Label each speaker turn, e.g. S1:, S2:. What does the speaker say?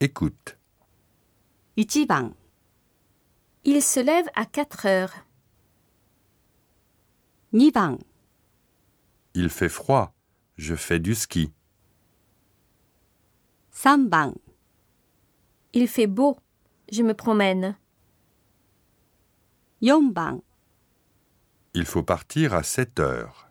S1: Écoute.
S2: 1番、
S3: Il se lève à 4 heures.
S2: 2番、
S1: Il fait froid. Je fais du ski.
S2: 3番、
S3: Il fait beau. Je me promène.
S2: 4番。
S1: Il faut partir à 7 heures.